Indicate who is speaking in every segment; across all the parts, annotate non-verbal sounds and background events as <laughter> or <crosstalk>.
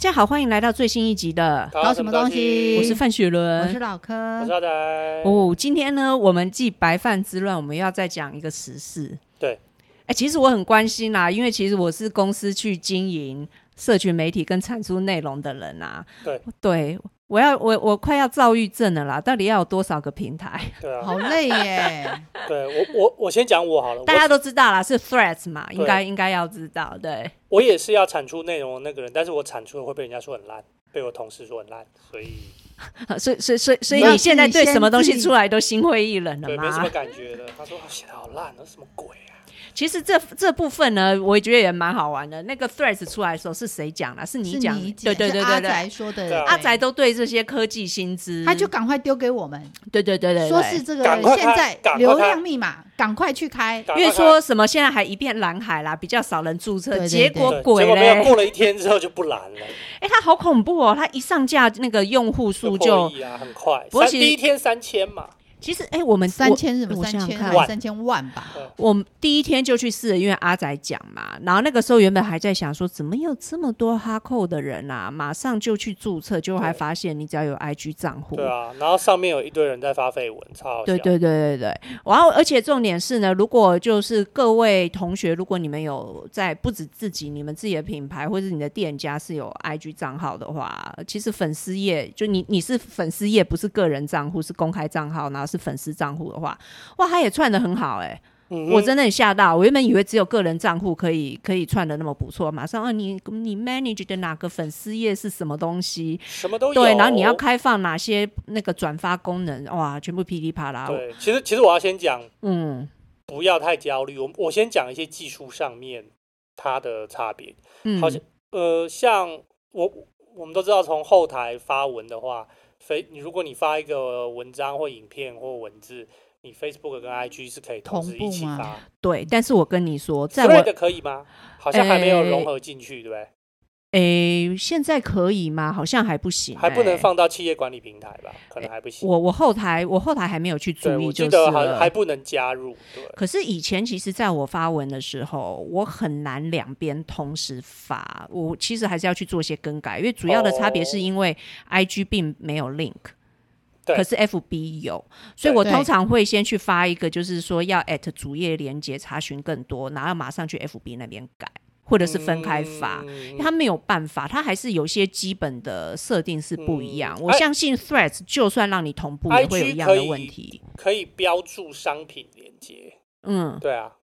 Speaker 1: 家好，欢迎来到最新一集的，
Speaker 2: 搞什么东西
Speaker 1: 我是范雪
Speaker 2: 我
Speaker 1: 伦
Speaker 2: 是。老柯，
Speaker 3: 我是阿宅。
Speaker 1: 嗯哦，今天呢，我们继白饭之乱，我们又要再讲一个时事。
Speaker 3: 对，
Speaker 1: 哎，其实我很关心啦，因为其实我是公司去经营社群媒体跟产出内容的人啊。
Speaker 3: 对，
Speaker 1: 对我要我我快要躁郁症了啦，到底要有多少个平台？
Speaker 3: 对啊，
Speaker 2: 好
Speaker 3: <laughs>
Speaker 2: 累耶。
Speaker 3: 对我我我先讲我好了，
Speaker 1: 大
Speaker 3: 我
Speaker 1: 家都知道啦，是 Threads 嘛，
Speaker 3: 对
Speaker 1: 应该应该要知道。对，
Speaker 3: 我也是要产出内容的那个人，但是我产出的会被人家说很烂，被我同事说很烂，所以
Speaker 1: 所以所以所以所以
Speaker 2: 那
Speaker 1: 你现在
Speaker 2: 你
Speaker 1: 对
Speaker 2: 先
Speaker 1: 什么东
Speaker 2: 自
Speaker 1: 西
Speaker 2: 己
Speaker 1: 出来都心灰意冷了
Speaker 3: 对
Speaker 1: 吗？
Speaker 3: 没什么感觉的。他说啊写的好烂，那什么鬼啊？
Speaker 1: 其实这这部分呢，我觉得也蛮好玩的。那个 Threads 出来的时候是谁讲的？是你
Speaker 2: 是
Speaker 1: 讲
Speaker 2: 你
Speaker 1: 的？
Speaker 2: 姐
Speaker 1: 对对对
Speaker 2: 是
Speaker 1: 对
Speaker 2: 阿
Speaker 1: 对。
Speaker 2: 宅说
Speaker 3: 对
Speaker 2: 的，
Speaker 3: 啊
Speaker 1: 阿宅都对这些科技薪资，
Speaker 2: 他就赶快丢给我们，
Speaker 1: 对对对对，对
Speaker 2: 说是这个
Speaker 3: 赶快
Speaker 2: 现
Speaker 3: 开
Speaker 2: 在
Speaker 3: 赶快
Speaker 2: 流
Speaker 3: 开
Speaker 2: 量密码，赶快去开。
Speaker 3: 赶快
Speaker 1: 因为
Speaker 3: 看
Speaker 1: 说什么现在还一片蓝海啦，比较少人注册，
Speaker 2: 对对
Speaker 1: 结
Speaker 3: 对
Speaker 1: 果
Speaker 3: 结
Speaker 1: 鬼
Speaker 3: 果没有
Speaker 1: 嘞！
Speaker 3: 过了一天之后就不蓝了，
Speaker 1: 哎，他好恐怖哦！他一上架那个用户数
Speaker 3: 破
Speaker 1: 就，
Speaker 3: 亿啊，很快。
Speaker 1: 不过
Speaker 3: 三
Speaker 1: 其实
Speaker 3: 第一天三千嘛，
Speaker 1: 其实哎，我们
Speaker 2: 三千什么
Speaker 1: 我
Speaker 2: 三
Speaker 1: 想想
Speaker 2: 千
Speaker 1: 看
Speaker 2: 还是三千万吧，
Speaker 1: 我们第一天就去试了，因为阿仔讲嘛，然后那个时候原本还在想说，怎么有这么多哈扣的人啊，马上就去注册，结果还
Speaker 3: 对
Speaker 1: 发现你只要有 IG 账户，
Speaker 3: 对啊，然后上面有一堆人在发绯闻，超好笑。
Speaker 1: 对对对对对，然后而且重点是呢，如果就是各位同学，如果你们有在不止自己你们自己的品牌或者你的店家是有 IG 账号的话，其实粉丝页就你你是粉丝页不是个人账户是公开账号，然后是粉丝账户的话，哇，他也串的很好哎、
Speaker 3: 嗯哼，
Speaker 1: 我真的很吓到，我原本以为只有个人账户可以可以串的那么不错，马上啊你你 manage 的哪个粉丝页是什么东西？
Speaker 3: 什么都有。
Speaker 1: 对，然后你要开放哪些那个转发功能？哇，全部噼里啪啦。
Speaker 3: 对，其实其实我要先讲，
Speaker 1: 嗯
Speaker 3: 不要太焦虑。我我先讲一些技术上面它的差别。
Speaker 1: 嗯，
Speaker 3: 好像呃，像我我们都知道，从后台发文的话，非你如果你发一个文章或影片或文字，你 Facebook 跟 IG 是可以同
Speaker 2: 同
Speaker 3: 时
Speaker 2: 步
Speaker 3: 一起
Speaker 2: 吗
Speaker 3: 发
Speaker 1: 对，但是我跟你说，在我
Speaker 3: ，Thread 可以吗？好像还没有融
Speaker 1: 诶
Speaker 3: 合进去，对不对？
Speaker 1: 诶，现在可以吗？好像还不行、
Speaker 3: 还不能
Speaker 1: 诶。
Speaker 3: 放到企业管理平台吧？可能还不
Speaker 1: 呃哎
Speaker 3: 行。
Speaker 1: 我我后台我后台还没有去
Speaker 3: 对，
Speaker 1: 注意，
Speaker 3: 我
Speaker 1: 就
Speaker 3: 记
Speaker 1: 是
Speaker 3: 得还
Speaker 1: 了
Speaker 3: 还不能加入，对，
Speaker 1: 可是以前其实在我发文的时候，我很难两边同时发，我其实还是要去做一些更改，因为主要的差别
Speaker 3: 哦
Speaker 1: 是因为 I G 并没有 link。
Speaker 3: 对
Speaker 1: 可是 F B 有，所以我
Speaker 2: 对
Speaker 1: 通常会先去发一个，就是说要 at 主页连接查询更多，然后马上去 F B 那边改，或者是分开发。因为
Speaker 3: 嗯
Speaker 1: 它没有办法，它还是有些基本的设定是不一样。
Speaker 3: 嗯
Speaker 1: 我
Speaker 3: 哎
Speaker 1: 相信 Threads 就算让你同步，也会有
Speaker 3: IG
Speaker 1: 一样的
Speaker 3: 可以
Speaker 1: 问题。
Speaker 3: 可以标注商品连接。
Speaker 1: 嗯，
Speaker 3: 对啊，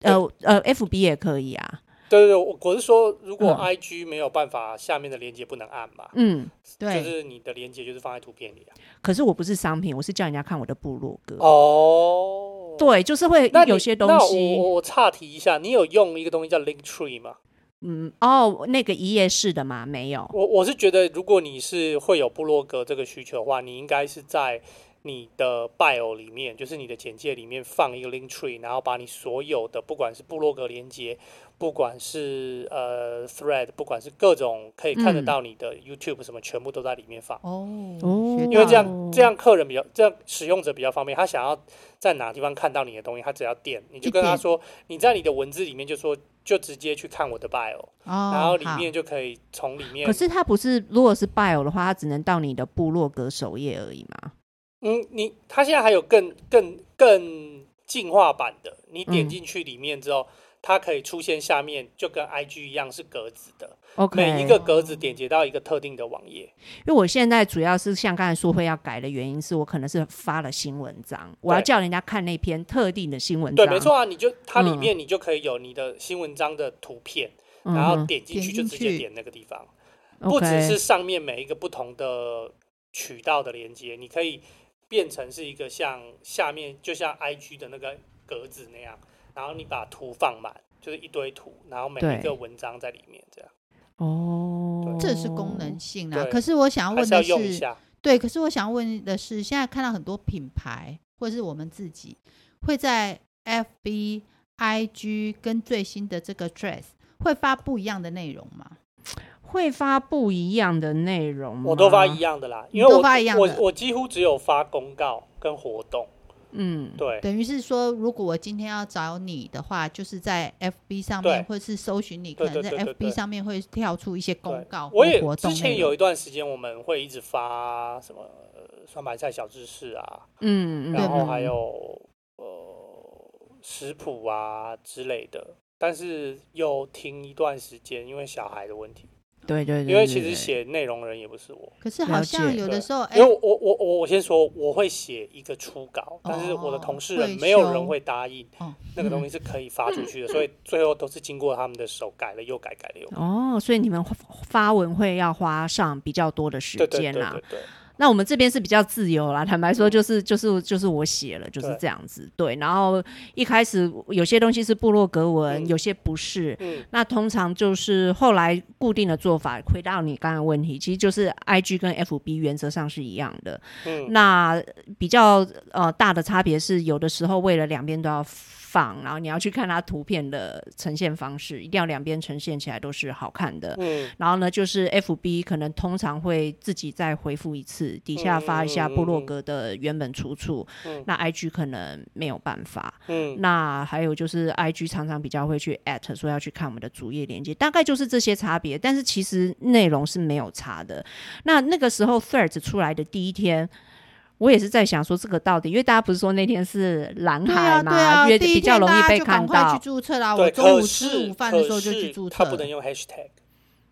Speaker 1: 呃呃，F B 也可以啊。
Speaker 3: 对对对，我我是说，如果
Speaker 1: 嗯
Speaker 3: IG 没有办法，下面的连接不能按嘛，
Speaker 1: 嗯，
Speaker 3: 就
Speaker 2: 对，
Speaker 3: 是你的连接就是放在图片里啊。
Speaker 1: 可是我不是商品，我是叫人家看我的部落格。
Speaker 3: 哦，
Speaker 1: 对，就是会
Speaker 3: 那你
Speaker 1: 有些东
Speaker 3: 那
Speaker 1: 西
Speaker 3: 我，我我岔题一下，你有用一个东西叫 Link Tree 吗？
Speaker 1: 嗯，哦，那个一页式的嘛，没有，
Speaker 3: 我我是觉得，如果你是会有部落格这个需求的话，你应该是在你的 bio 里面，就是你的简介里面放一个 Link Tree，然后把你所有的不管是部落格连接，不管是呃 Thread，不管是各种可以看得
Speaker 1: 嗯
Speaker 3: 到你的 YouTube 什么，全部都在里面放。
Speaker 2: 哦
Speaker 1: 哦，
Speaker 2: 学
Speaker 3: 因为
Speaker 2: 到
Speaker 3: 这样
Speaker 2: 了
Speaker 1: 哦
Speaker 3: 这样客人比较这样使用者比较方便，他想要在哪地方看到你的东西，他只要点，你就跟他
Speaker 2: 一点
Speaker 3: 说，你在你的文字里面就说，就直接去看我的 bio，、
Speaker 2: 哦，
Speaker 3: 然后里
Speaker 2: 好
Speaker 3: 面就可以从里面
Speaker 1: 可，是它不是，如果是 bio 的话，它只能到你的部落格首页而已嘛。
Speaker 3: 嗯，你他现在还有更更更进化版的，你点进去里面之后。它可以出现下面就跟 IG 一样是格子的，
Speaker 1: OK，
Speaker 3: 每一个格子点接到一个特定的网页。
Speaker 1: 因为我现在主要是像刚才说会要改的原因，是我可能是发了新文章，我要
Speaker 3: 对
Speaker 1: 叫人家看那篇特定的新文章。
Speaker 3: 对，没错啊，你就它里
Speaker 1: 嗯
Speaker 3: 面你就可以有你的新文章的图片，
Speaker 1: 嗯哼，
Speaker 3: 然后点进去就
Speaker 2: 点
Speaker 3: 直
Speaker 2: 进
Speaker 3: 接
Speaker 2: 去
Speaker 3: 点那个地方。不
Speaker 1: OK，
Speaker 3: 只是上面每一个不同的渠道的连接，你可以变成是一个像下面就像 IG 的那个格子那样，然后你把图放满，就是一堆图，然后每
Speaker 1: 对
Speaker 3: 一个文章在里面这样，
Speaker 1: 哦，
Speaker 2: 这是功能性啦。
Speaker 3: 对
Speaker 2: 可是我想要
Speaker 3: 还
Speaker 2: 问
Speaker 3: 是要
Speaker 2: 的
Speaker 3: 用一
Speaker 2: 是，
Speaker 3: 下。
Speaker 2: 对，可是我想要问的是，现在看到很多品牌或者是我们自己会在 FB、IG 跟最新的这个 Dress 会发不一样的内容吗？
Speaker 1: 会发不一样的内容吗，
Speaker 3: 我都发一样的啦，
Speaker 2: 你
Speaker 3: 因为
Speaker 2: 都
Speaker 3: 我
Speaker 2: 发一样的
Speaker 3: 我我几乎只有发公告跟活动，
Speaker 1: 嗯，
Speaker 3: 对，
Speaker 2: 等于是说，如果我今天要找你的话，就是在 FB 上面，
Speaker 3: 对
Speaker 2: 或是搜寻你，可
Speaker 3: 对
Speaker 2: 能在
Speaker 3: 对对对
Speaker 2: FB
Speaker 3: 对
Speaker 2: 上面会跳出一些公
Speaker 3: 对
Speaker 2: 告
Speaker 3: 我
Speaker 2: 或
Speaker 3: 也
Speaker 2: 活动
Speaker 3: 之前
Speaker 2: 内容
Speaker 3: 有一段时间，我们会一直发什么呃酸白菜小知识啊，
Speaker 1: 嗯嗯，
Speaker 3: 然后
Speaker 2: 对
Speaker 3: 还有呃食谱啊之类的。但是又停一段时间，因为小孩的问题，
Speaker 1: 对对对，
Speaker 3: 因
Speaker 1: 对
Speaker 3: 为其实
Speaker 1: 对
Speaker 3: 写内容的人也不是我，
Speaker 2: 可是好
Speaker 1: 了
Speaker 2: 像
Speaker 1: 解
Speaker 2: 有的
Speaker 3: 对
Speaker 2: 时候，哎
Speaker 3: 因为我我我我我先说，我会写一个初稿，但是我的同事人
Speaker 2: 哦会
Speaker 3: 没有
Speaker 2: 修
Speaker 3: 人会答应
Speaker 2: 哦，
Speaker 3: 那个东西是可以发出去的，所以最后都是经过他们的手改了又改，改了又改。
Speaker 1: 哦，所以你们发文会要花上比较多的时
Speaker 3: 对对对
Speaker 1: 间啊啦。
Speaker 3: 对对，
Speaker 2: 啊
Speaker 1: 那我们这边是比较自由啦，坦白说，就是就是就是我写了，就是
Speaker 3: 嗯对
Speaker 1: 这样子。对，然后一开始有些东西是部落格文，
Speaker 3: 嗯
Speaker 1: 有些不是。
Speaker 3: 嗯，
Speaker 1: 那通常就是后来固定的做法，回到你刚才的问题，其实就是 I G 跟 F B 原则上是一样的。
Speaker 3: 嗯
Speaker 1: 那比较呃大的差别是，有的时候为了两边都要放，然后你要去看它图片的呈现方式，一定要两边呈现起来都是好看的。
Speaker 3: 嗯，
Speaker 1: 然后呢，就是 FB 可能通常会自己再回复一次，底下发一下部落格的原本出处。
Speaker 3: 嗯
Speaker 1: 那 IG 可能没有办法。
Speaker 3: 嗯
Speaker 1: 那还有就是 IG 常常比较会去 at 说要去看我们的主页链接，大概就是这些差别。但是其实内容是没有差的。那那个时候 Threads 出来的第一天。我也是在想说这个到底，因为大家不是说那天是蓝
Speaker 2: 对
Speaker 1: 海
Speaker 2: 啊
Speaker 1: 嘛，
Speaker 2: 对啊，
Speaker 1: 约
Speaker 2: 第一
Speaker 1: 比较
Speaker 2: 天
Speaker 1: 容易
Speaker 2: 大家
Speaker 1: 被
Speaker 2: 就
Speaker 1: 看
Speaker 2: 赶快
Speaker 1: 到
Speaker 2: 去，注册啦。我
Speaker 3: 对，
Speaker 2: 中
Speaker 3: 可
Speaker 2: 午吃
Speaker 3: 是
Speaker 2: 午饭的时候
Speaker 3: 可
Speaker 2: 就是去注册
Speaker 3: 它不
Speaker 2: 了
Speaker 3: 能。用 hashtag。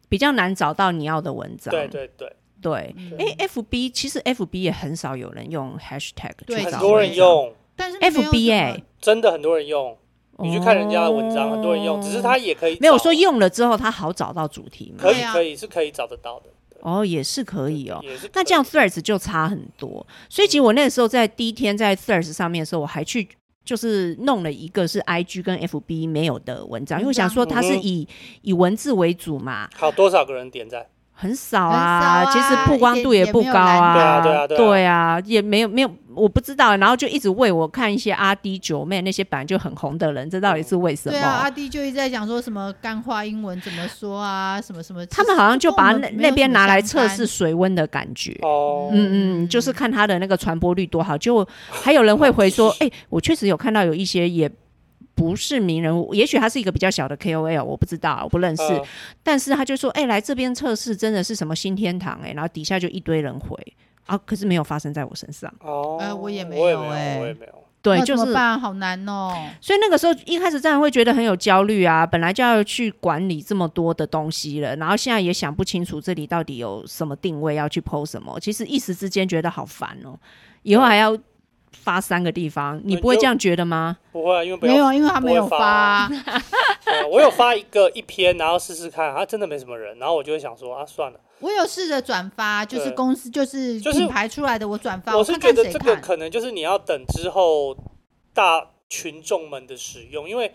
Speaker 1: 比较难找到你要的文章。
Speaker 3: 对对对，
Speaker 1: 对，哎、f b 其实 FB 也很少有人用 hashtag
Speaker 2: 对
Speaker 1: 去
Speaker 2: 很
Speaker 1: 找
Speaker 3: 很多
Speaker 1: 文
Speaker 3: 人
Speaker 1: 章
Speaker 3: 用，
Speaker 2: 但是没有什么
Speaker 1: FB 哎、
Speaker 3: 真的很多人用。你去看人家的文章，很多人用，只是它也可以
Speaker 1: 哦没有
Speaker 3: 找
Speaker 1: 说用了之后它好找到主题嘛
Speaker 3: 可？
Speaker 2: 对
Speaker 3: 以
Speaker 2: 啊
Speaker 3: 可以是可以找得到的，
Speaker 1: 哦，也是可以哦。
Speaker 3: 也是可
Speaker 1: 那
Speaker 3: 以
Speaker 1: 这样 Threads 就差很多，所以其实我那个时候在第一天在 Threads 上面的时候，我还去就是弄了一个是 IG 跟 FB 没有的文章，因为我想
Speaker 3: 嗯
Speaker 1: 说它是以、以文字为主嘛，
Speaker 3: 好多少个人点赞？
Speaker 1: 很少啊，
Speaker 2: 很少啊
Speaker 1: 其实曝光度不高
Speaker 3: 一点也没有
Speaker 1: 啊，
Speaker 3: 蓝对啊对啊对啊
Speaker 1: 啊也没有没有，我不知道。然后就一直喂我看一些阿弟九妹那些本来就很红的人，这到底是为什
Speaker 2: 对
Speaker 1: 么？
Speaker 2: 啊，阿弟就一直在讲说什么干话英文怎么说啊，什么什么。
Speaker 1: 他们好像就把那那边拿来测试
Speaker 2: 试。
Speaker 1: 水温的感觉。
Speaker 3: 哦，
Speaker 1: 嗯嗯，就是看它的那个传播率多好。就还有人会回
Speaker 3: <laughs>
Speaker 1: 说，哎、我确实有看到有一些也不是名人物，也许他是一个比较小的 KOL，我不知道，我不认识。
Speaker 3: 呃
Speaker 1: 但是他就说，哎、来这边测试真的是什么新天堂哎、然后底下就一堆人回啊，可是没有发生在我身上。
Speaker 3: 哦，
Speaker 2: 呃我也没
Speaker 3: 我也
Speaker 2: 有
Speaker 3: 没
Speaker 2: 欸
Speaker 3: 我也没有。
Speaker 1: 对，
Speaker 2: 那
Speaker 1: 就
Speaker 2: 怎
Speaker 1: 是
Speaker 2: 么。办？好难哦。
Speaker 1: 所以那个时候一开始当然会觉得很有焦虑啊，本来就要去管理这么多的东西了，然后现在也想不清楚这里到底有什么定位要去 PO 什么，其实一时之间觉得好烦哦、以后还要发三个地方，你不会这样觉得吗？
Speaker 3: 不会啊，因为不
Speaker 2: 没
Speaker 3: 要。
Speaker 2: 有，因为他没有
Speaker 3: 不会
Speaker 2: 发
Speaker 3: 发啊
Speaker 2: 啊。
Speaker 3: 对我有发一个一篇，然后试试看，啊，真的没什么人，然后我就会想说啊，算了，
Speaker 2: 我有试着转发，就是
Speaker 3: 对
Speaker 2: 公司就是
Speaker 3: 就是
Speaker 2: 品牌出来的，我转发，
Speaker 3: 我是
Speaker 2: 看
Speaker 3: 觉
Speaker 2: 看
Speaker 3: 得
Speaker 2: 谁
Speaker 3: 这个
Speaker 2: 看。
Speaker 3: 可能就是你要等之后大群众们的使用，因为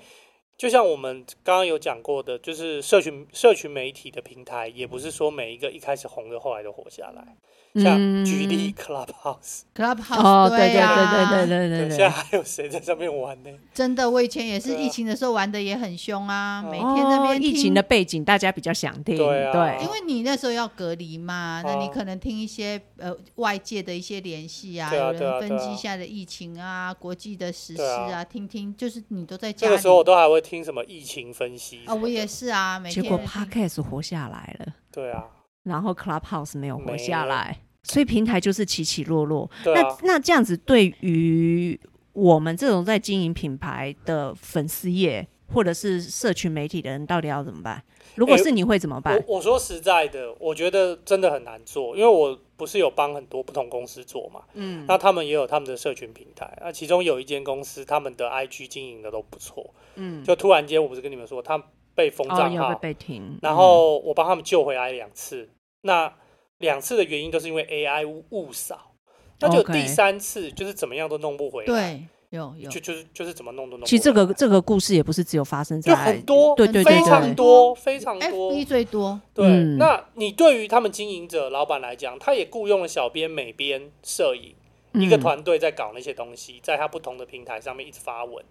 Speaker 3: 就像我们刚刚有讲过的，就是社群社群媒体的平台，也不是说每一个一开始红的后来都活下来。像
Speaker 1: 嗯
Speaker 3: 举例 Clubhouse，、
Speaker 2: Clubhouse
Speaker 1: 哦，对
Speaker 2: 对
Speaker 1: 对
Speaker 2: 啊
Speaker 1: 对对对对
Speaker 3: 现在
Speaker 1: 对
Speaker 3: 还有谁在上面玩呢？
Speaker 2: 真的，我以前也是
Speaker 3: 对啊
Speaker 2: 疫情的时候玩的也很凶啊，
Speaker 3: 哦
Speaker 2: 每
Speaker 1: 对，
Speaker 2: 天那
Speaker 1: 哦
Speaker 2: 边
Speaker 1: 疫
Speaker 2: 听
Speaker 1: 情的，背景大家比较想听，
Speaker 3: 对啊
Speaker 2: 因为你那时候要隔离嘛，那你
Speaker 3: 哦
Speaker 2: 可能听一些呃外界的一些联系啊，
Speaker 3: 对啊
Speaker 2: 有
Speaker 3: 对
Speaker 2: 人
Speaker 3: 啊对
Speaker 2: 分
Speaker 3: 啊
Speaker 2: 析现在的疫情啊，国际的时事
Speaker 3: 对
Speaker 2: 啊，
Speaker 3: 啊
Speaker 2: 听听，就是你都在家
Speaker 3: 这
Speaker 2: 里
Speaker 3: 个时候我都还会听什么疫情分析
Speaker 2: 啊，我也是啊，每
Speaker 1: 结
Speaker 2: 天
Speaker 1: 果
Speaker 2: 在听
Speaker 1: Podcast 活下来了，
Speaker 3: 对啊，
Speaker 1: 然后 Clubhouse 没有活
Speaker 3: 没
Speaker 1: 下
Speaker 3: 有
Speaker 1: 来，所以平台就是起起落落。
Speaker 3: 对啊，
Speaker 1: 那那这样子，对于我们这种在经营品牌的粉丝业或者是社群媒体的人，到底要怎么办？如果是你会怎么办？
Speaker 3: 我我说实在的，我觉得真的很难做，因为我不是有帮很多不同公司做嘛，
Speaker 1: 嗯，
Speaker 3: 那他们也有他们的社群平台，那其中有一间公司，他们的 IG 经营的都不错，
Speaker 1: 嗯，
Speaker 3: 就突然间我不是跟你们说，他们被封
Speaker 1: 哦，
Speaker 3: 账
Speaker 1: 要
Speaker 3: 号，
Speaker 1: 会被停。
Speaker 3: 然后我帮他们救回来两次，那两次的原因都是因为 AI 误误扫，那就
Speaker 1: OK
Speaker 3: 第三次就是怎么样都弄不回来，
Speaker 2: 对有有
Speaker 3: 就就是就是怎么弄都弄不回来，
Speaker 1: 嗯其实这个这个故事也不是只有发生在
Speaker 3: 就很多，
Speaker 1: 对对对
Speaker 3: 非
Speaker 1: 对
Speaker 3: 常多，非常多。
Speaker 2: FB 最多，
Speaker 3: 对，
Speaker 1: 嗯
Speaker 3: 那你对于他们经营者、老板来讲，他也雇佣了小编、美编、摄影一
Speaker 1: 嗯
Speaker 3: 个、团队在搞那些东西，在他不同的平台上面一直发文，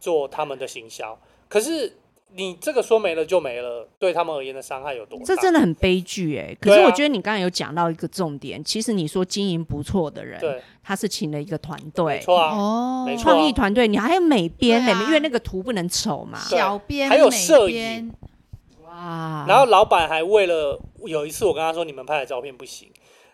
Speaker 3: 做他们的行销。可是你这个说没了就没了，对他们而言的伤害有多大？
Speaker 1: 这真的很悲剧哎、可是
Speaker 3: 对啊
Speaker 1: 我觉得你刚才有讲到一个重点，其实你说经营不错的人，
Speaker 3: 对，
Speaker 1: 他是请了一个团队
Speaker 3: 没，错啊，
Speaker 2: 哦，
Speaker 3: 没错啊
Speaker 1: 创意团队，你还有美编呢、
Speaker 2: 对啊
Speaker 1: 因为那个图不能丑嘛。
Speaker 3: 对
Speaker 2: 小编
Speaker 3: 还有
Speaker 2: 美
Speaker 3: 摄
Speaker 2: 编
Speaker 1: 哇，
Speaker 3: 然后老板还为了有一次我跟他说你们拍的照片不行，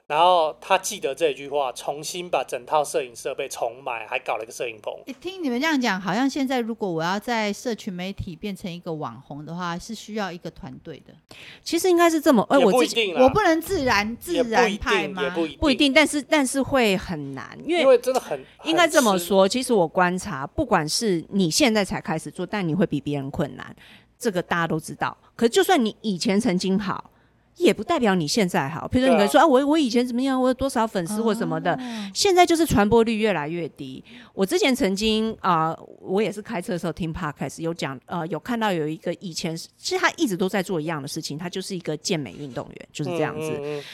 Speaker 3: 然后他记得这一句话，重新把整套摄影设备重买，还搞了一个摄影棚。
Speaker 2: 诶听你们这样讲，好像现在如果我要在社群媒体变成一个网红的话，是需要一个团队的。
Speaker 1: 其实应该是这么，哎、
Speaker 3: 也
Speaker 1: 我
Speaker 3: 不
Speaker 1: 自
Speaker 3: 一
Speaker 1: 己
Speaker 3: 定啦，
Speaker 2: 我不能自然自
Speaker 3: 也不
Speaker 2: 然
Speaker 3: 一
Speaker 2: 派
Speaker 3: 定，
Speaker 2: 吗？
Speaker 3: 也不一定，
Speaker 1: 不一定，但是但是会很难，因
Speaker 3: 因
Speaker 1: 为
Speaker 3: 为真的很
Speaker 1: 应该这么，
Speaker 3: 很
Speaker 1: 说。其实我观察，不管是你现在才开始做，但你会比别人困难，这个大家都知道。可就算你以前曾经好。也不代表你现在好，比如说你
Speaker 3: 对啊
Speaker 1: 可以说啊我我以前怎么样，我有多少粉丝或什么的，
Speaker 2: 哦
Speaker 1: 现在就是传播率越来越低。我之前曾经啊、呃我也是开车的时候听 podcast 有讲，呃，有看到有一个以前是其实他一直都在做一样的事情，他就是一个健美运动员，就是这样子，
Speaker 3: 嗯嗯嗯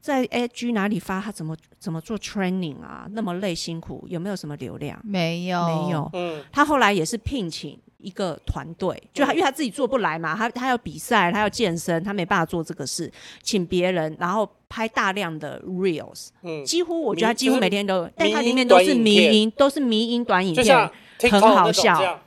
Speaker 1: 在 IG 哪里发他怎么怎么做 training 啊，那么累辛苦，有没有什么流量？
Speaker 2: 没有
Speaker 1: 没有，
Speaker 3: 嗯
Speaker 1: 他后来也是聘请一个团队，就他因为他自己做不来嘛，他他要比赛，他要健身，他没办法做这个事，请别人，然后拍大量的 reels，
Speaker 3: 嗯
Speaker 1: 几乎我觉得他
Speaker 3: 迷
Speaker 1: 几乎
Speaker 3: 就是
Speaker 1: 每天都有，但他
Speaker 3: 迷
Speaker 1: 里
Speaker 3: 因
Speaker 1: 面都是
Speaker 3: 短影
Speaker 1: 迷
Speaker 3: 片
Speaker 1: 音，都是迷音短影
Speaker 3: 就
Speaker 1: 片
Speaker 3: 像，
Speaker 1: 很
Speaker 3: TikTok
Speaker 1: 好
Speaker 3: 那种这
Speaker 1: 笑
Speaker 3: 样，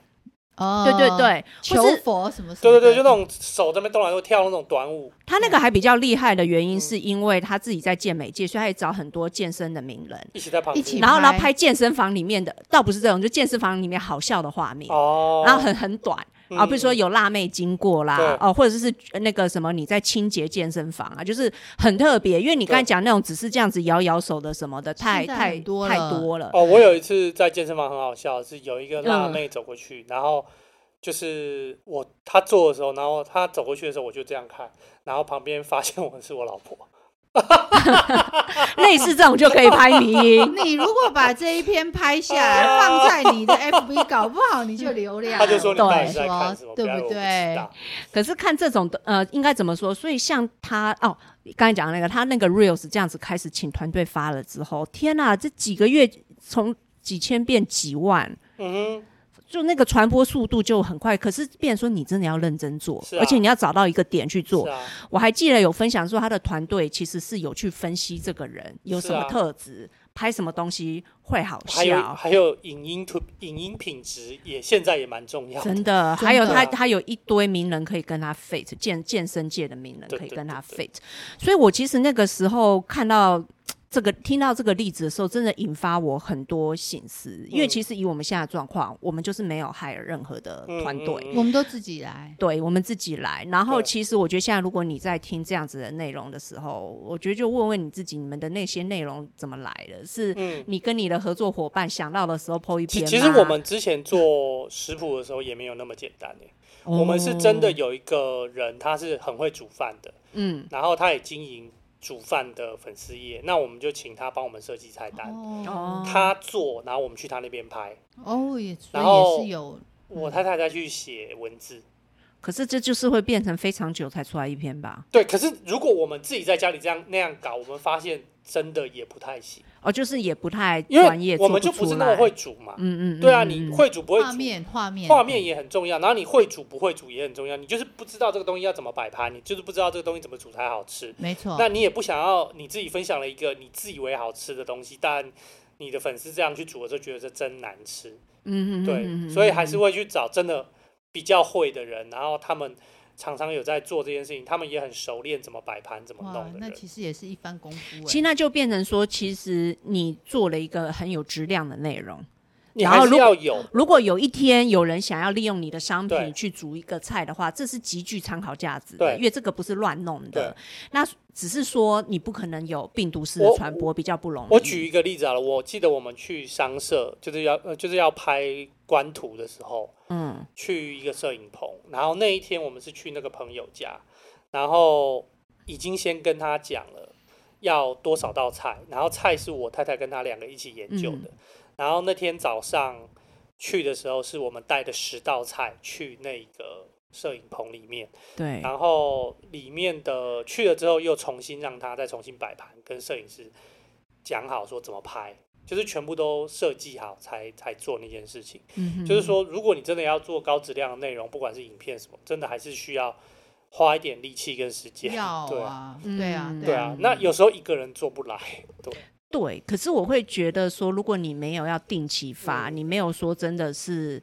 Speaker 2: 哦，
Speaker 1: 对对，对，
Speaker 2: 求
Speaker 1: 或是
Speaker 2: 佛什么什
Speaker 3: 对
Speaker 2: 么
Speaker 3: 对对，
Speaker 2: 的，
Speaker 3: 就那种手在那边动来动去跳那种短舞，
Speaker 1: 他那个
Speaker 2: 嗯
Speaker 1: 还比较厉害的原因，
Speaker 3: 嗯
Speaker 1: 是因为他自己在健美界，所以他也找很多健身的名人。
Speaker 3: 一起在旁边，
Speaker 2: 一起
Speaker 1: 然后，然后
Speaker 2: 拍
Speaker 1: 拍健身房里面的，倒不是这种，就健身房里面好笑的画面。
Speaker 3: 哦，
Speaker 1: 然后很很短啊，
Speaker 3: 嗯
Speaker 1: 比如说有辣妹经过啦
Speaker 3: 对，
Speaker 1: 哦，或者是那个什么你在清洁健身房啊，就是很特别，因为你刚才
Speaker 3: 对
Speaker 1: 讲那种只是这样子摇摇手的什么的，太
Speaker 2: 现在
Speaker 1: 太
Speaker 2: 很多
Speaker 1: 太
Speaker 2: 了
Speaker 1: 多了。
Speaker 3: 哦，我有一次在健身房很好笑，是有一个辣妹走过去，然后就是我她做的时候，然后她走过去的时候，我就这样看，然后旁边发现我是我老婆，
Speaker 1: 类似这种就可以拍迷音，
Speaker 2: 你如果把这一篇拍下来，放在
Speaker 3: <laughs>
Speaker 2: 你的 FB，搞不好你就流量了。
Speaker 3: 她就说你到底是在看什么？
Speaker 2: 说对
Speaker 3: 要以为我
Speaker 2: 不
Speaker 3: 不
Speaker 2: 对
Speaker 3: 知？道
Speaker 1: 可是看这种的呃，应该怎么说？所以像他哦，刚才讲的那个，他那个 reels 这样子开始请团队发了之后，天呐，这几个月从几千变几万，
Speaker 3: 嗯
Speaker 1: 就那个传播速度就很快。可是，变成说你真的要认真做，
Speaker 3: 是啊
Speaker 1: 而且你要找到一个点去
Speaker 3: 哼，
Speaker 1: 做
Speaker 3: 是。啊，
Speaker 1: 我还记得有分享说，他的团队其实是有去分析这个人有什么特质，拍什么东西会好
Speaker 3: 啊还有
Speaker 1: 笑，
Speaker 3: 还有影音图影音品质也现在也蛮重要的，
Speaker 1: 真的。
Speaker 2: 真的
Speaker 1: 还有他，他有一堆名人可以跟他 fit，健健身界的名人
Speaker 3: 对
Speaker 1: 可以
Speaker 3: 对
Speaker 1: 跟他
Speaker 3: 对
Speaker 1: fit。所以我其实那个时候看到。这个听到这个例子的时候，真的引发我很多醒思，因为
Speaker 3: 嗯
Speaker 1: 其实以我们现在的状况，我们就是没有害了任何的
Speaker 3: 嗯
Speaker 1: 团队，
Speaker 3: 嗯嗯
Speaker 2: 我们都自己来。
Speaker 1: 对我们自己来。然后，
Speaker 3: 对
Speaker 1: 其实我觉得现在如果你在听这样子的内容的时候，我觉得就问问你自己，你们的那些内容怎么来的？是
Speaker 3: 嗯。
Speaker 1: 你跟你的合作伙伴想到的时候 PO 一篇
Speaker 3: 其
Speaker 1: 吗
Speaker 3: 其实我们之前做食谱的时候也没有那么简单耶我们是真的，
Speaker 1: 哦
Speaker 3: 有一个人他是很会煮饭的，
Speaker 1: 嗯，
Speaker 3: 然后他也经营煮饭的粉丝页，那我们就请他帮我们设计菜单，
Speaker 2: 哦
Speaker 3: 他做，然后我们去他那边拍，
Speaker 2: 哦，也所
Speaker 3: 然
Speaker 2: 以也
Speaker 3: 后
Speaker 2: 是有
Speaker 1: 嗯
Speaker 3: 我太太再去写文字。
Speaker 1: 可是这就是会变成非常久才出来一篇吧？
Speaker 3: 对，可是如果我们自己在家里这样那样搞，我们发现真的也不太行，
Speaker 1: 哦，就是也不太
Speaker 3: 因
Speaker 1: 专业，
Speaker 3: 为我们
Speaker 1: 做
Speaker 3: 就
Speaker 1: 不
Speaker 3: 不
Speaker 1: 出
Speaker 3: 是那么会
Speaker 1: 来。
Speaker 3: 煮嘛。
Speaker 1: 嗯嗯，
Speaker 3: 对啊，
Speaker 1: 嗯
Speaker 3: 你
Speaker 1: 嗯
Speaker 3: 会煮不会
Speaker 2: 画
Speaker 3: 煮，
Speaker 2: 面画面
Speaker 3: 画面也很重要，然后你会煮不会煮也很重要，你就是不知道这个东西要怎么摆盘，你就是不知道这个东西怎么煮才好吃。
Speaker 2: 没
Speaker 1: 哦
Speaker 2: 错。
Speaker 3: 那你也不想要你自己分享了一个你自以为好吃的东西，但你的粉丝这样去煮的时候，觉得这真难吃。
Speaker 1: 嗯嗯嗯嗯
Speaker 3: 对，
Speaker 1: 嗯
Speaker 3: 所以还是会去找真的比较会的人，然后他们常常有在做这件事情，他们也很熟练怎么摆盘、怎么
Speaker 2: 哇
Speaker 3: 弄，的
Speaker 2: 那
Speaker 3: 人。
Speaker 2: 其实也是一番功夫
Speaker 1: 其实
Speaker 2: 哎。
Speaker 1: 那就变成说，其实你做了一个很有质量的内容。
Speaker 3: 你
Speaker 1: 然
Speaker 3: 还
Speaker 1: 后
Speaker 3: 是
Speaker 1: 如
Speaker 3: 要有，
Speaker 1: 如果嗯有一天有人想要利用你的商品
Speaker 3: 对
Speaker 1: 去煮一个菜的话，这是极具参考价值的，
Speaker 3: 对
Speaker 1: 因为这个不是乱弄的
Speaker 3: 对。
Speaker 1: 那只是说你不可能有病毒式的
Speaker 3: 我
Speaker 1: 传播，比较不容易。
Speaker 3: 我举一个例子好了，我记得我们去商社就是要呃就是要拍官图的时候，
Speaker 1: 嗯
Speaker 3: 去一个摄影棚，然后那一天我们是去那个朋友家，然后已经先跟他讲了要多少道菜，然后菜是我太太跟他两个一起研究的，然后那天早上去的时候是我们带的十道菜去那个摄影棚里面，
Speaker 1: 对，
Speaker 3: 然后里面的去了之后又重新让他再重新摆盘，跟摄影师讲好说怎么拍，就是全部都设计好才才做那件事情。
Speaker 1: 嗯哼
Speaker 3: 就是，说，如果你真的要做高质量的内容，不管是影片什么，真的还是需要花一点力气跟时间。
Speaker 2: 要
Speaker 3: 对啊，
Speaker 2: 啊，
Speaker 1: 嗯
Speaker 2: 对啊，
Speaker 3: 对啊，那有时候一个人做不来。对，
Speaker 1: 对，可是我会觉得说，如果你没有要定期发，
Speaker 3: 嗯
Speaker 1: 你没有说真的是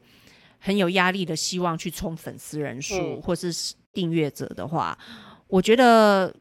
Speaker 1: 很有压力的，希望去冲粉丝人数、
Speaker 3: 嗯
Speaker 1: 或是订阅者的话，我觉得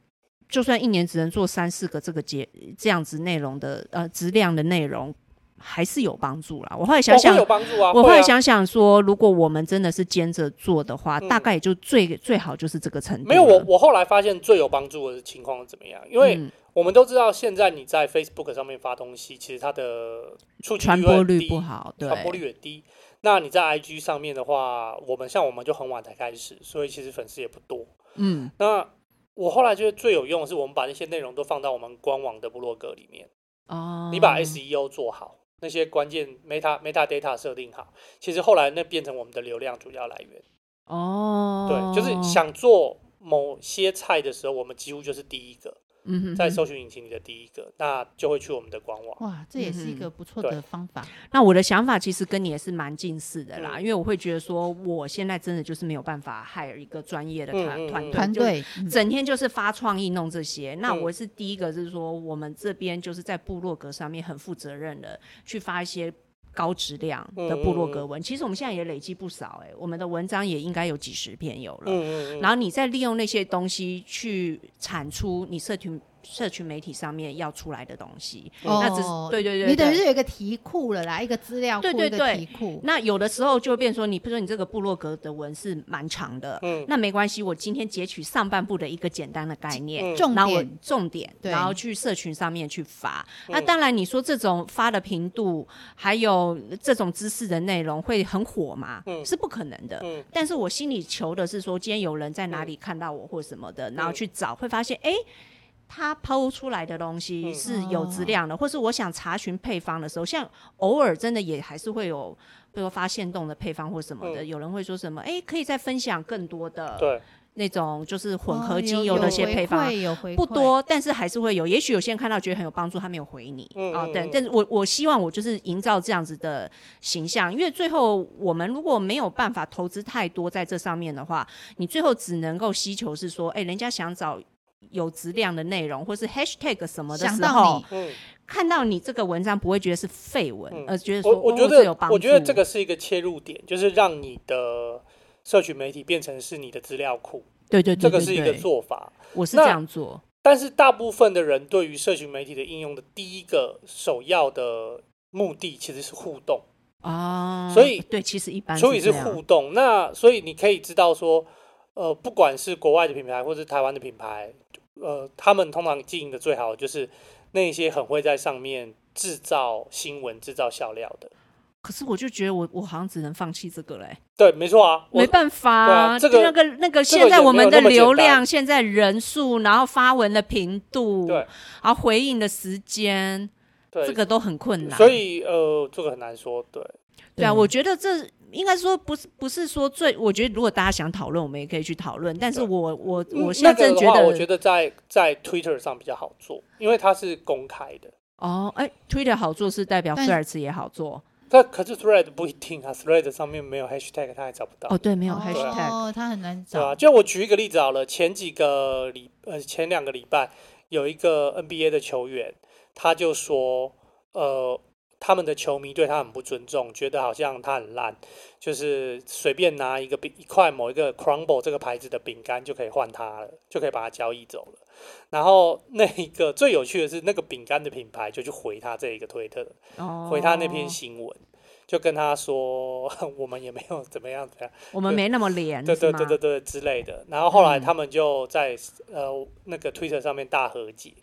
Speaker 1: 就算一年只能做三四个这个节这样子内容的呃质量的内容，还是有帮助啦。我后来想
Speaker 3: 我会
Speaker 1: 想，
Speaker 3: 有帮助啊。
Speaker 1: 我后
Speaker 3: 会
Speaker 1: 来
Speaker 3: 啊，
Speaker 1: 想想说，如果我们真的是兼着做的话，
Speaker 3: 嗯
Speaker 1: 大概也就最最好就是这个程度了。
Speaker 3: 没有我，我后来发现最有帮助的情况是怎么样？因为
Speaker 1: 嗯
Speaker 3: 我们都知道，现在你在 Facebook 上面发东西，其实它的触及
Speaker 1: 传播率
Speaker 3: 低
Speaker 1: 不好，对，
Speaker 3: 传播率也低。那你在 IG 上面的话，我们像我们就很晚才开始，所以其实粉丝也不多。
Speaker 1: 嗯
Speaker 3: 那我后来觉得最有用的是，我们把那些内容都放到我们官网的部落格里面，
Speaker 1: 哦，
Speaker 3: 你把 SEO 做好，那些关键 meta meta data 设定好，其实后来那变成我们的流量主要来源。
Speaker 1: 哦，
Speaker 3: 对，就是想做某些菜的时候，我们几乎就是第一个
Speaker 1: 嗯哼
Speaker 3: 在
Speaker 1: 哼
Speaker 3: 搜寻引擎里的第一个，那就会去我们的官网。
Speaker 2: 哇，这也是一
Speaker 1: 嗯
Speaker 2: 个不错
Speaker 3: 对
Speaker 2: 的方法。
Speaker 1: 那我的想法其实跟你也是蛮近似的啦，
Speaker 3: 嗯
Speaker 1: 因为我会觉得说，我现在真的就是没有办法 hire 一个专业的团
Speaker 3: 嗯嗯嗯
Speaker 1: 团队，
Speaker 2: 团
Speaker 1: 就是
Speaker 2: 队嗯
Speaker 1: 整天就是发创意弄这些。那
Speaker 3: 嗯
Speaker 1: 我是第一个是说，我们这边就是在部落格上面很负责任的去发一些。高质量的部落
Speaker 3: 嗯
Speaker 1: 格文，其实我们现在也累积不少哎、我们的文章也应该有几十篇有了。
Speaker 3: 嗯嗯
Speaker 1: 然后你再利用那些东西去产出你社群社群媒体上面要出来的东西，那只
Speaker 2: 哦
Speaker 1: 是对对对，
Speaker 2: 你等于
Speaker 1: 对
Speaker 2: 是有一个题库了啦，一个资料库，
Speaker 1: 对对
Speaker 2: 一个
Speaker 1: 对
Speaker 2: 题
Speaker 3: 嗯
Speaker 2: 库。
Speaker 1: 那有的时候就会变说，你比如说你这个部落格的文是蛮长的，
Speaker 3: 嗯
Speaker 1: 那没关系，我今天截取上半部的一个简单的概念。
Speaker 3: 嗯
Speaker 2: 重
Speaker 1: 然后我
Speaker 2: 点
Speaker 1: 重点，
Speaker 2: 对
Speaker 1: 然后去社群上面去发。
Speaker 3: 嗯
Speaker 1: 那当然，你说这种发的频度，还有这种知识的内容会很火吗？
Speaker 3: 嗯
Speaker 1: 是不可能的。
Speaker 3: 嗯
Speaker 1: 但是我心里求的是说，今天有人在哪里看到我或什么的，
Speaker 3: 嗯
Speaker 1: 然后去找，会发现，哎、他抛出来的东西
Speaker 3: 嗯
Speaker 1: 是有质量的，或是我想查询配方的时候，像偶尔真的也还是会有，比如说发现冻的配方或什么的，
Speaker 3: 嗯
Speaker 1: 有人会说什么，哎、可以再分享更多的
Speaker 3: 对，
Speaker 1: 那种就是混合
Speaker 2: 哦
Speaker 1: 精
Speaker 2: 有
Speaker 1: 油的一些配方。
Speaker 2: 回馈有回馈
Speaker 1: 不，多，但是还是会有。也许有些人看到觉得很有帮助，他没有回你
Speaker 3: 嗯
Speaker 1: 啊
Speaker 3: 嗯，
Speaker 1: 对
Speaker 3: 嗯。
Speaker 1: 但是我我希望我就是营造这样子的形象，因为最后我们如果没有办法投资太多在这上面的话，你最后只能够希求是说，哎、人家想找。有质量的内容，或是 hashtag 什么的
Speaker 2: 想
Speaker 1: 时
Speaker 2: 到
Speaker 1: 候
Speaker 2: 你，，
Speaker 3: 嗯，
Speaker 1: 看到你这个文章不会觉得是废文，
Speaker 3: 嗯
Speaker 1: 而觉得说
Speaker 3: 我我
Speaker 1: 哦
Speaker 3: 觉
Speaker 1: 这有
Speaker 3: 得
Speaker 1: 帮助。
Speaker 3: 我觉得这个是一个切入点，就是让你的社群媒体变成是你的资料库，
Speaker 1: 对对对
Speaker 3: 这个
Speaker 1: 对
Speaker 3: 是一个
Speaker 1: 对
Speaker 3: 做法。
Speaker 1: 我是
Speaker 3: 那
Speaker 1: 这样做，
Speaker 3: 但是大部分的人对于社群媒体的应用的第一个首要的目的其实是互动，
Speaker 1: 哦，
Speaker 3: 所以
Speaker 1: 对，其实一般
Speaker 3: 所以
Speaker 1: 这
Speaker 3: 是
Speaker 1: 样
Speaker 3: 互动。那所以你可以知道说，呃，不管是国外的品牌或是台湾的品牌，呃，他们通常经营的最好的就是那些很会在上面制造新闻、制造笑料的。
Speaker 1: 可是我就觉得我我好像只能放弃这个嘞、
Speaker 3: 对，没错啊，我
Speaker 1: 没办法、
Speaker 3: 对啊这个
Speaker 1: 就那个那个
Speaker 3: 这个
Speaker 1: 现在
Speaker 3: 也
Speaker 1: 我
Speaker 3: 没有
Speaker 1: 们
Speaker 3: 那
Speaker 1: 的
Speaker 3: 么简
Speaker 1: 流量、
Speaker 3: 单
Speaker 1: 现在人数，然后发文的频度，
Speaker 3: 对，
Speaker 1: 然后回应的时间，
Speaker 3: 对
Speaker 1: 这个都很困难。
Speaker 3: 所以呃，这个很难说。对，
Speaker 1: 对啊，我觉得这应该说不是不是说最，我觉得如果大家想讨论，我们也可以去讨论。但是
Speaker 3: 对
Speaker 1: 我我我
Speaker 3: 嗯
Speaker 1: 现在
Speaker 3: 那
Speaker 1: 真
Speaker 3: 个
Speaker 1: 觉
Speaker 3: 的话
Speaker 1: 得，
Speaker 3: 我觉得在在 Twitter 上比较好做，因为它是公开的。
Speaker 1: 哦，哎，Twitter 好做是代表
Speaker 2: 但
Speaker 1: Threads 也好做
Speaker 3: 但可是 Thread 不一定啊，Thread 上面没有 Hashtag，它还找不到。
Speaker 1: 哦，对，没
Speaker 2: 没
Speaker 1: 有 Hashtag，、
Speaker 2: 哦，他很难
Speaker 3: 对啊，
Speaker 2: 找。
Speaker 3: 就我举一个例子好了，前几个礼呃前两个礼拜有一个 NBA 的球员，他就说，呃，他们的球迷对他很不尊重，觉得好像他很烂，就是随便拿一个饼一块某一个 Crumble 这个牌子的饼干就可以换他了，就可以把他交易走了。然后那一个最有趣的是，那个饼干的品牌就去回他这一个推特，
Speaker 1: 哦，
Speaker 3: 回他那篇新闻。就跟他说，我们也没有怎么样怎么样，
Speaker 1: 我们没那么连，
Speaker 3: 对对
Speaker 1: 是吗
Speaker 3: 对对对之类的。然后后来
Speaker 1: 嗯
Speaker 3: 他们就在、呃那个 Twitter 上面大和解，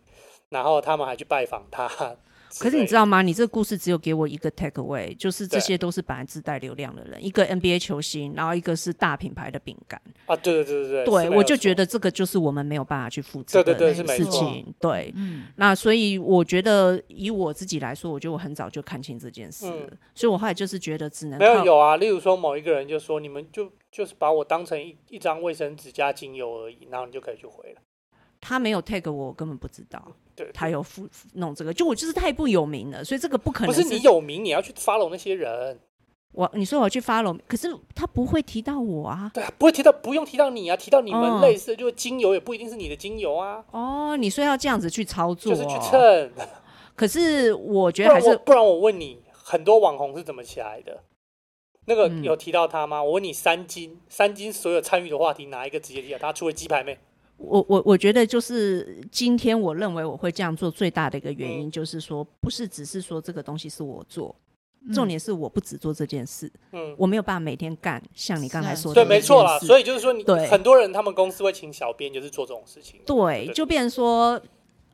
Speaker 3: 然后他们还去拜访他之类的。
Speaker 1: <laughs> 可是你知道吗？你这个故事只有给我一个 take away，就是这
Speaker 3: 对
Speaker 1: 些都是本来自带流量的人，一个 NBA 球星，然后一个是大品牌的饼干。
Speaker 3: 啊？对对对对对
Speaker 1: 对，我就觉
Speaker 3: 得
Speaker 1: 得这个就是我们没有办法去复制
Speaker 3: 对
Speaker 1: 的
Speaker 3: 对
Speaker 2: 对是没
Speaker 1: 事
Speaker 2: 错
Speaker 1: 情。对，
Speaker 2: 嗯，
Speaker 1: 那所以我觉得以我自己来说，我觉得我很早就看清这件事了，
Speaker 3: 嗯
Speaker 1: 所以我后来就是觉得只能
Speaker 3: 没有
Speaker 1: 靠。
Speaker 3: 有啊。例如说某一个人就说，你们就就是把我当成一一张卫生纸加精油而已，然后你就可以去回了。
Speaker 1: 他没有 tag 我，我根本不知道
Speaker 3: 对对
Speaker 1: 他有付付弄这个，就我就是太不有名了，所以这个不可
Speaker 3: 不
Speaker 1: 能
Speaker 3: 是你有名，你要去 follow 那些人，
Speaker 1: 我你说我去 follow，可是他不会提到我啊。
Speaker 3: 对啊，不会提到，不用提到你啊，提到你
Speaker 1: 嗯
Speaker 3: 们类似，就是精油也不一定是你的精油啊，
Speaker 1: 哦，你说要这样子去操作哦，
Speaker 3: 就是去蹭，
Speaker 1: 可是我觉
Speaker 3: 不
Speaker 1: 得还
Speaker 3: 然我
Speaker 1: 是
Speaker 3: 不然我问你，很多网红是怎么起来的？那个
Speaker 1: 嗯
Speaker 3: 有提到他吗？我问你，三金，三金所有参与的话题，哪一个直接提到他？除了鸡排妹，
Speaker 1: 我我我觉得就是今天我认为我会这样做最大的一个原因，
Speaker 3: 嗯
Speaker 1: 就是说不是只是说这个东西是我做，
Speaker 2: 嗯
Speaker 1: 重点是我不只做这件事，
Speaker 3: 嗯，
Speaker 1: 我没有办法每天干，像你刚才
Speaker 2: 是啊
Speaker 1: 说的那
Speaker 3: 对，
Speaker 1: 件
Speaker 3: 没
Speaker 1: 事，
Speaker 3: 错啦。所以就是说你，
Speaker 1: 对
Speaker 3: 很多人他们公司会请小编，就是做这种事情。
Speaker 1: 对，
Speaker 3: 对
Speaker 1: 就变成说，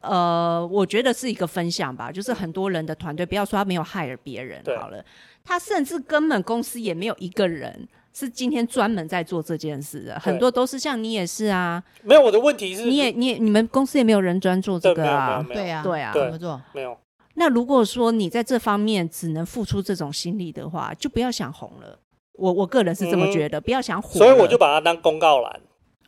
Speaker 1: 呃，我觉得是一个分享吧，就是很多人的团队，不要说他没有害了别人
Speaker 3: 对
Speaker 1: 好了，他甚至根本公司也没有一个人是今天专门在做这件事的，很多都是像你也是啊，
Speaker 3: 没有，我的问题是，
Speaker 1: 你也你也你们公司也没有人专做这
Speaker 3: 对
Speaker 1: 个
Speaker 3: 没有没有
Speaker 1: 啊。
Speaker 3: 没有
Speaker 2: 对啊，
Speaker 1: 对啊
Speaker 2: 怎么做？
Speaker 3: 没有，
Speaker 1: 那如果说你在这方面只能付出这种心力的话，就不要想红了。我我个人是这么
Speaker 3: 嗯
Speaker 1: 觉得，不要想火了。
Speaker 3: 所以我就把它当公告栏，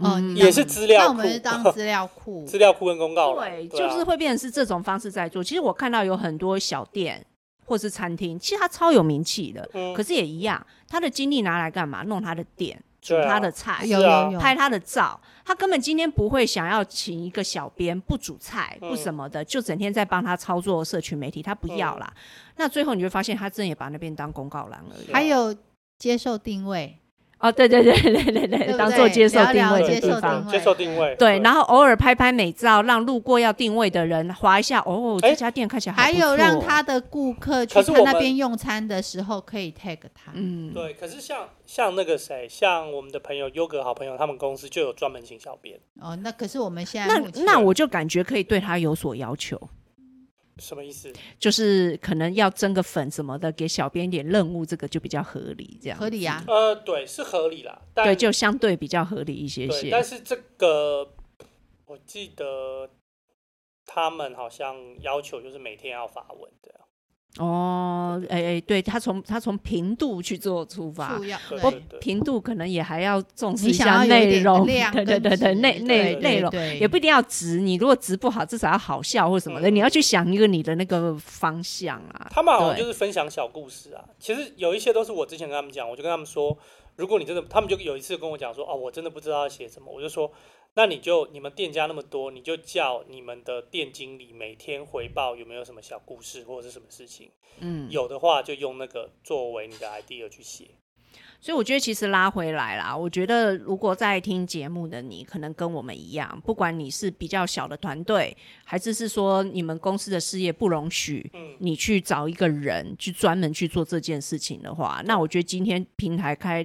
Speaker 2: 哦
Speaker 1: 嗯
Speaker 2: 你
Speaker 3: 也是资料
Speaker 2: 那我
Speaker 3: 库，，
Speaker 2: 们就当资料库
Speaker 3: 资料库跟公告栏，
Speaker 1: 对，
Speaker 3: 啊
Speaker 1: 就是会变成是这种方式在做。其实我看到有很多小店或是餐厅，其实它超有名气的，
Speaker 3: 嗯
Speaker 1: 可是也一样，他的精力拿来干嘛？弄他的店，煮
Speaker 3: 对啊
Speaker 1: 他的菜，
Speaker 2: 有
Speaker 3: 是啊
Speaker 2: 有有，
Speaker 1: 拍他的照。他根本今天不会想要请一个小编，不煮菜，
Speaker 3: 嗯
Speaker 1: 不什么的，就整天在帮他操作社群媒体，他不要啦。那最后你会发现，他真的也把那边当公告栏而已。
Speaker 2: 还有接受定位，
Speaker 1: 哦，对对对对对
Speaker 2: 对
Speaker 1: 对，
Speaker 2: 不
Speaker 1: 当
Speaker 2: 对
Speaker 1: 做接受
Speaker 2: 聊
Speaker 1: 定
Speaker 2: 聊
Speaker 1: 位
Speaker 3: 对啊
Speaker 1: 的
Speaker 2: 接
Speaker 1: 地
Speaker 2: 受
Speaker 1: 方
Speaker 2: 定。位，
Speaker 3: 接受定位，
Speaker 1: 对，然后偶尔拍拍美照，让路过要定位的人划一下，哦，
Speaker 3: 哎
Speaker 1: 这家店看起来好
Speaker 2: 还
Speaker 1: 不
Speaker 2: 有
Speaker 1: 错
Speaker 2: 让他的顾客去
Speaker 3: 可是
Speaker 2: 他
Speaker 3: 我
Speaker 2: 那
Speaker 3: 们
Speaker 2: 边用餐的时候可以 tag 他，
Speaker 1: 嗯，
Speaker 3: 对，可是像像那个谁，像我们的朋友优格好朋友，他们公司就有专门请小编，
Speaker 2: 哦，那可是我们现在
Speaker 1: 那
Speaker 2: 目前
Speaker 1: 那我就感觉可以对他有所要求，
Speaker 3: 什么意思？
Speaker 1: 就是可能要增个粉什么的，给小编一点任务，这个就比较合理，这样
Speaker 2: 合理啊，
Speaker 3: 呃，对，是合理啦，但
Speaker 1: 对，就相对比较合理一些
Speaker 3: 对
Speaker 1: 些
Speaker 3: 但。是这个我记得他们好像要求就是每天要发文这样，
Speaker 1: 哦，哎哎，对他从他从频度去做出发
Speaker 2: 促，要
Speaker 3: 对
Speaker 1: 不
Speaker 3: 对对
Speaker 1: 频度可能也还要重视
Speaker 2: 你
Speaker 1: 一
Speaker 2: 想要
Speaker 1: 下
Speaker 2: 有一
Speaker 1: 内
Speaker 2: 点
Speaker 1: 容，
Speaker 2: 量
Speaker 1: 对
Speaker 2: 跟
Speaker 1: 对对对，
Speaker 2: 质
Speaker 1: 内内
Speaker 2: 对
Speaker 1: 内容
Speaker 2: 对
Speaker 1: 也不一定要直，你如果直不好，至少要好笑或什么的，
Speaker 3: 嗯
Speaker 1: 你要去想一个你的那个方向啊。
Speaker 3: 他们好像
Speaker 1: 对
Speaker 3: 就是分享小故事啊。其实有一些都是我之前跟他们讲，我就跟他们说，如果你真的，他们就有一次跟我讲说，哦，我真的不知道要写什么，我就说，那你就你们店家那么多，你就叫你们的店经理每天回报有没有什么小故事或者是什么事情，
Speaker 1: 嗯，
Speaker 3: 有的话就用那个作为你的 idea 去写。
Speaker 1: 所以我觉得其实拉回来啦，我觉得如果在听节目的你，可能跟我们一样，不管你是比较小的团队，还是是说你们公司的事业不容许
Speaker 3: 嗯
Speaker 1: 你去找一个人去专门去做这件事情的话，那我觉得今天平台开。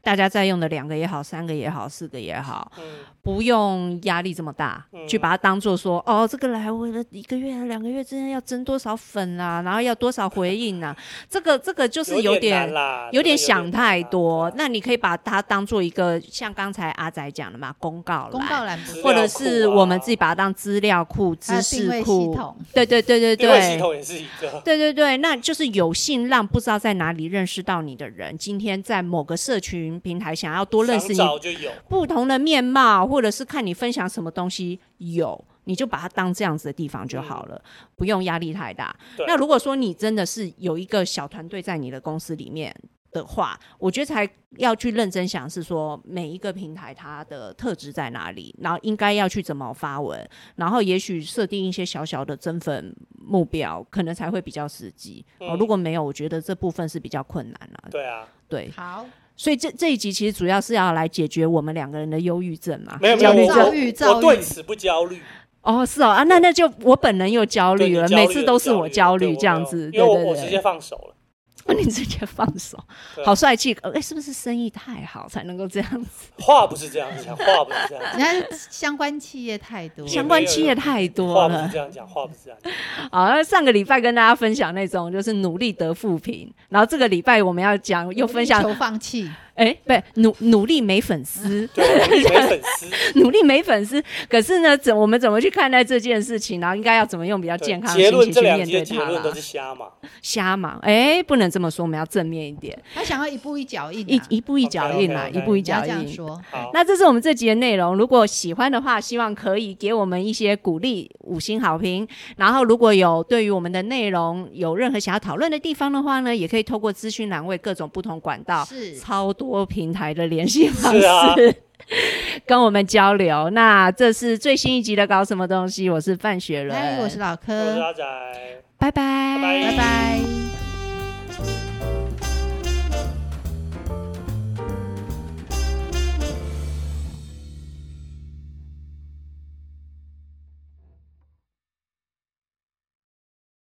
Speaker 1: 大家在用的两个也好，三个也好，四个也好，
Speaker 3: 嗯，
Speaker 1: 不用压力这么大，
Speaker 3: 嗯
Speaker 1: 去把它当做说，哦，这个来为了一个月、两个月之间要增多少粉啦、然后要多少回应啊， <laughs> 这个这个就是
Speaker 3: 有
Speaker 1: 点
Speaker 3: 难啦，啊
Speaker 1: 有
Speaker 3: 真的
Speaker 1: 点想太
Speaker 3: 有
Speaker 1: 多，
Speaker 3: 点难啦
Speaker 1: 那你可以把它当做一个像刚才阿仔讲的嘛，公告
Speaker 2: 公
Speaker 1: 栏，
Speaker 2: 告栏不
Speaker 3: 资
Speaker 2: 是
Speaker 1: 或
Speaker 3: 料
Speaker 1: 者
Speaker 3: 库
Speaker 1: 是
Speaker 3: 啊
Speaker 1: 我们自己把它当资料库、
Speaker 2: 还有
Speaker 1: 知
Speaker 2: 定
Speaker 1: 识
Speaker 2: 位系
Speaker 1: 库，
Speaker 2: 统，
Speaker 1: 对对对对
Speaker 3: 定位系
Speaker 1: 对。
Speaker 3: 统也是一个。
Speaker 1: 对对对，那就是有幸让不知道在哪里认识到你的人，今天在某个社群平台想要多认识
Speaker 3: 想
Speaker 1: 你
Speaker 3: 找就有，
Speaker 1: 不同的面貌，或者是看你分享什么东西有，你就把它当这样子的地方就好了，不用压力太大
Speaker 3: 嗯对。
Speaker 1: 那如果说你真的是有一个小团队在你的公司里面。的话，我觉得才要去认真想，是说每一个平台它的特质在哪里，然后应该要去怎么发文，然后也许设定一些小小的增粉目标，可能才会比较实际。哦，
Speaker 3: 嗯
Speaker 1: 如果没有，我觉得这部分是比较困难了、
Speaker 3: 对啊，
Speaker 1: 对，
Speaker 2: 好，
Speaker 1: 所以这这一集其实主要是要来解决我们两个人的忧郁症嘛，
Speaker 3: 没有没
Speaker 1: 焦
Speaker 3: 有，
Speaker 1: 虑
Speaker 3: 我
Speaker 2: 躁
Speaker 1: 症。
Speaker 2: 郁
Speaker 3: 我
Speaker 2: 躁
Speaker 3: 我
Speaker 2: 郁
Speaker 3: 对此不焦虑，
Speaker 1: 哦，是哦啊，那那就我本人又焦虑了，
Speaker 3: 对
Speaker 1: 每
Speaker 3: 你焦
Speaker 1: 次
Speaker 3: 了
Speaker 1: 都是我
Speaker 3: 你
Speaker 1: 焦
Speaker 3: 对
Speaker 1: 虑
Speaker 3: 我
Speaker 1: 这样
Speaker 3: 没有
Speaker 1: 子，
Speaker 3: 因
Speaker 1: 对
Speaker 3: 为我我直
Speaker 1: 对
Speaker 3: 接
Speaker 1: 对，
Speaker 3: 放手了。
Speaker 1: <laughs> 你直接放手，
Speaker 3: 对
Speaker 1: 好帅气，呃哎，是不是生意太好才能够这样子？
Speaker 3: 话不是这样讲，话不是这样讲，
Speaker 2: 人家相关企业太多，
Speaker 1: 相
Speaker 3: 没
Speaker 1: 关
Speaker 3: 有
Speaker 1: 企业太多
Speaker 3: 话不是
Speaker 1: 了。
Speaker 3: 这样讲，话不是这样
Speaker 1: <laughs>
Speaker 3: 讲。
Speaker 1: 好，那上个礼拜跟大家分享那种就是努力得负评，然后这个礼拜我们要讲又分享
Speaker 2: 求放弃，
Speaker 1: 哎，不努努力没粉丝， <laughs>
Speaker 3: 对，我们没粉丝，
Speaker 1: 努力没粉丝。可是呢，怎我们怎么去看待这件事情？然后应该要怎么用比较
Speaker 3: 对
Speaker 1: 健康的
Speaker 3: 结
Speaker 1: 心
Speaker 3: 论
Speaker 1: 情去
Speaker 3: 这两
Speaker 1: 面
Speaker 3: 节
Speaker 1: 对
Speaker 3: 结
Speaker 1: 它
Speaker 3: 论都
Speaker 1: 啦
Speaker 3: 是？瞎嘛，
Speaker 1: 瞎忙，哎，不能这么说，我们要正面一点，
Speaker 2: 他想要一步一脚印、啊，
Speaker 1: <laughs> 一一步一脚印啦，
Speaker 3: OK，OK，OK
Speaker 1: 一步一
Speaker 2: 你要
Speaker 1: 脚
Speaker 2: 这样
Speaker 1: 印。
Speaker 2: 说，
Speaker 3: 好，
Speaker 1: 那这是我们这集的内容。如果喜欢的话，希望可以给我们一些鼓励、五星好评。然后，如果有对于我们的内容有任何想要讨论的地方的话呢，也可以透过资讯栏位各种不同管道，
Speaker 2: 是
Speaker 1: 超多平台的联系方式。
Speaker 3: 是啊
Speaker 1: 跟我们交流，那这是最新一集的搞什么东西？我是范雪伦，
Speaker 2: 那我是老
Speaker 3: 我是
Speaker 2: 柯，
Speaker 3: 阿仔。
Speaker 1: 拜
Speaker 3: 拜
Speaker 2: 拜拜。